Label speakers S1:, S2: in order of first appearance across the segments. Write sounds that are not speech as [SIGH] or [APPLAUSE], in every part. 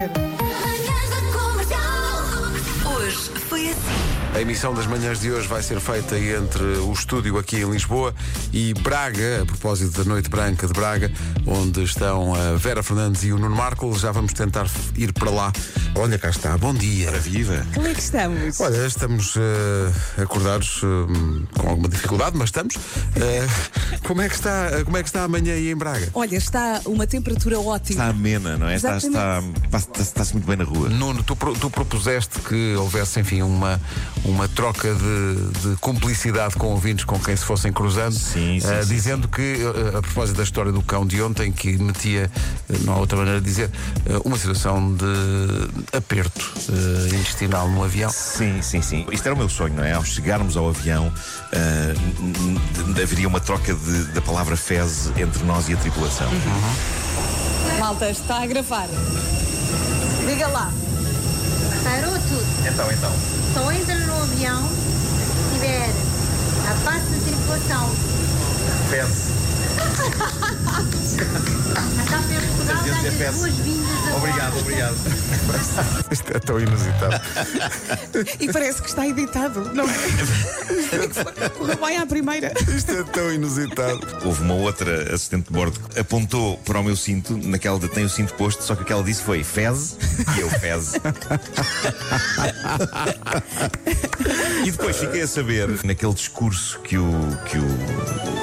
S1: assim.
S2: A emissão das manhãs de hoje vai ser feita entre o estúdio aqui em Lisboa e Braga, a propósito da Noite Branca de Braga, onde estão a Vera Fernandes e o Nuno Marco. Já vamos tentar ir para lá. Olha, cá está. Bom dia.
S3: Viva!
S4: Como é que estamos?
S2: Olha, estamos eh, acordados eh, com alguma dificuldade, mas estamos. Eh, como, é que está, como é que está amanhã aí em Braga?
S4: Olha, está uma temperatura ótima.
S3: Está amena, não é? Está, está,
S4: Exatamente.
S3: está- está-se muito bem na rua.
S2: Nuno, tu, pro- tu propuseste que houvesse, enfim, uma, uma troca de, de cumplicidade com ouvintes com quem se fossem cruzando,
S3: Sim, sim,
S2: eh,
S3: sim,
S2: dizendo que, eh, a propósito da história do cão de ontem, que metia, eh, não há outra maneira de dizer, eh, uma situação de aperto eh, intestinal no avião.
S3: Sim, sim, sim. Isto era o meu sonho, não é? Ao chegarmos ao avião, ah, n- n- haveria uma troca de- da palavra fez entre nós e a tripulação.
S4: Malta, está a gravar. Liga lá.
S1: Parou tudo.
S3: Então, então.
S1: Só entra no avião se tiver a parte de circulação.
S3: Fez.
S1: A TAP em Portugal
S3: Às
S1: dá-lhe
S3: vezes é
S1: as
S3: peço.
S1: boas-vindas a bordo.
S3: obrigado.
S2: Isto é tão inusitado.
S4: E parece que está editado. Não é? Correu bem à primeira.
S2: Isto é tão inusitado.
S3: Houve uma outra assistente de bordo que apontou para o meu cinto, naquela de tem o cinto posto, só que aquela disse foi fez e eu fez. [LAUGHS] e depois fiquei a saber, naquele discurso que o, que o,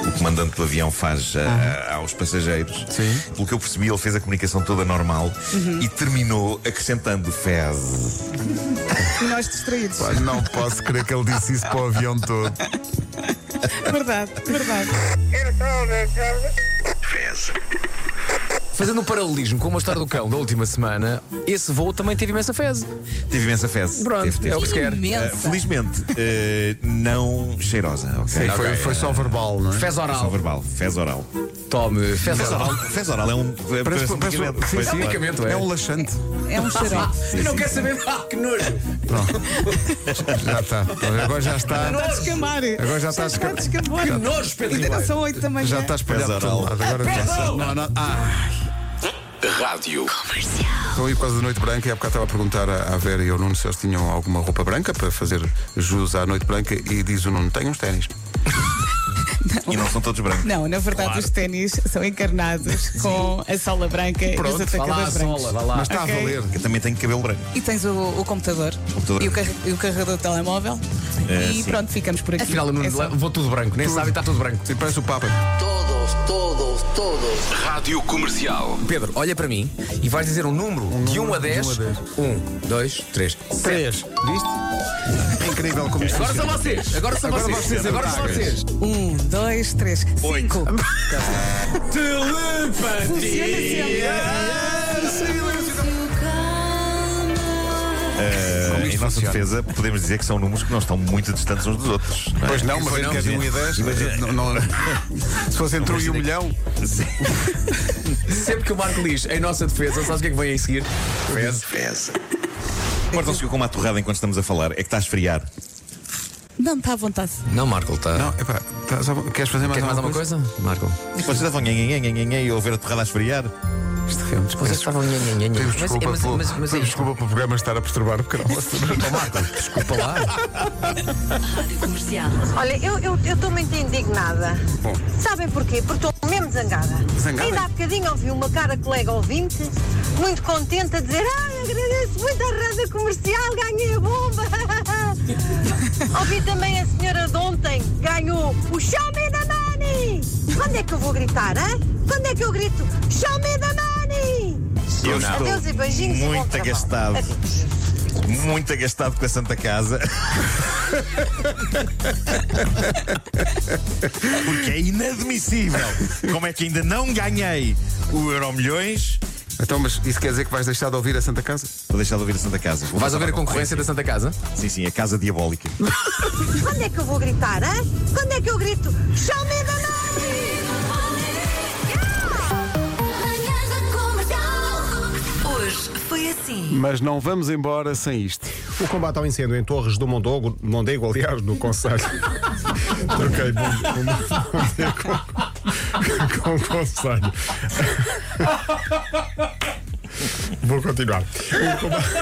S3: o comandante do avião faz a- a-
S5: Ah.
S3: aos passageiros,
S2: Sim.
S3: pelo que eu percebi, ele fez a comunicação toda normal
S5: Uhum.
S3: e terminou acrescentando fez.
S4: E nós distraídos.
S2: não posso crer que ele disse isso para o avião todo.
S4: Verdade, verdade.
S5: Fazendo um paralelismo com uma história do cão da última semana, esse voo também teve imensa fezes.
S3: Teve imensa fez. Teve,
S5: Pronto,
S3: teve.
S5: é o que se quer.
S3: Ah,
S4: Imensa.
S3: felizmente, eh, não cheirosa, ok?
S2: foi, foi só verbal, não é?
S5: Fez
S3: Só
S5: oral.
S3: verbal, fez oral.
S5: Tome, fez
S3: Fez
S5: oral.
S3: oral, fez oral é um. Parece, um
S2: parece-
S3: medicamento.
S2: sim,
S3: Pois
S2: sim.
S3: é.
S5: Medicamento, é.
S2: É um laxante.
S4: É um xarope.
S5: Eu não quero saber. Ah, que nojo.
S2: Já está. Agora já está.
S4: Está a descamar.
S2: Agora já está a
S4: Está a
S2: esca-
S4: descamar.
S5: Que nojo, Pedro
S4: Ainda não
S5: Ribeiro.
S4: são oito da manhã.
S2: Já está espalhado por todo lado. Agora já
S5: Pedro!
S2: Não, não. Ah, estão aí por causa da Noite Branca e há bocado estava a perguntar à à Vera e ao Nuno se eles tinham alguma roupa branca para fazer jus à Noite Branca e diz o Nuno, tenho uns ténis. é?
S3: E não são todos brancos.
S4: Não, na verdade os ténis são encarnados com a sola branca e os
S5: Pronto, vá lá à
S4: atacadores brancos.
S5: sola, vá lá.
S2: Mas tá. está
S4: Ok.
S2: a valer.
S3: Eu também tenho cabelo branco.
S4: E tens o, o computador,
S3: Computador.
S4: E, o car- e o carregador do telemóvel.
S3: É,
S4: e
S3: sim.
S4: pronto, ficamos por aqui.
S5: Afinal, eu não
S4: É só-
S5: vou tudo branco. Nem sabe, está tudo branco. Tipo,
S2: Sim, Tipo, parece o Papa.
S6: Todos, todos, todos.
S7: Rádio Comercial.
S5: Pedro, olha para mim e vais dizer um número de 1 a 10.
S2: um a dez.
S5: 1, 2, 3.
S2: Três. Viste? É incrível como isto
S5: Agora são
S2: funciona.
S5: vocês. Agora são
S2: Agora
S5: vocês.
S2: vocês,
S5: Agora são
S2: Bragas.
S5: vocês.
S4: Um, dois, três, cinco. assim,
S3: Ah, em nossa defesa, podemos dizer que são números que não estão muito distantes uns dos outros. não é?
S2: Pois não, mas
S3: Foi
S2: entre
S3: não,
S2: cada um e dez.
S3: Imagina-
S2: não- não- [LAUGHS] Se fosse entre um e um milhão,
S5: Sempre que o Marco diz em nossa defesa, sabes o que é que vem aí seguir?
S3: Fez, fez. Portam-se com uma torrada enquanto estamos a falar. É que está a esfriar.
S4: Não, está à vontade.
S5: Não, Marco, está.
S2: Não, epá, tá só- queres fazer mais,
S5: Quer mais alguma coisa? Marco.
S3: E Vocês estavam nhanhanhã, nhanhanhã e ouvir a torrada a esfriar?
S2: Isto realmente parece-
S5: Vocês estavam nhan, nhan, nhan, nhan.
S2: Pedimos
S5: Mas-
S2: desculpa,
S5: mas-
S2: pelo,
S5: mas- mas é
S2: pedimos
S5: isto.
S2: desculpa pelo programa estar a [LAUGHS] perturbar, porque não posso.
S5: Desculpa lá.
S8: Olha, eu estou eu, tô muito indignada.
S2: Bom.
S8: Sabem porquê? Porque estou mesmo zangada.
S2: Zangada?
S8: Ainda há bocadinho ouvi uma cara colega ouvinte, muito contente, a dizer: Ai, agradeço muito à rádio comercial, ganhei a
S3: [LAUGHS]
S8: bomba. ouvi também a senhora de ontem, ganhou o Show Me the Money. Quando é que eu vou gritar, hã? Quando é que eu grito Show Me the Money?
S3: Eu estou
S8: Adeus e beijinhos. e bom
S3: muito
S8: trabalho.
S3: agastado.
S8: Adeus.
S3: Muito agastado com a Santa Casa. [LAUGHS] Porque é inadmissível como é que ainda não ganhei o Euro Milhões.
S2: Então, mas isso quer dizer que vais deixar de ouvir a Santa Casa?
S3: Vou deixar de ouvir a Santa Casa. Vou
S5: Vais
S3: voltar
S5: ouvir a
S3: para
S5: concorrência da Santa Casa?
S3: Sim, sim, a Casa Diabólica.
S8: Quando é que eu vou gritar, hã? Quando é que eu grito Show Me the Money?
S1: Manhãs da Comercial. Hoje foi assim.
S2: Mas não vamos embora sem isto.
S9: O combate ao incêndio em Torres do Mondego, Mondego aliás, no Conselho. Troquei bom, bom, com, com Conselho. Vou continuar. O combate...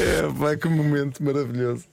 S7: É, vai que momento maravilhoso.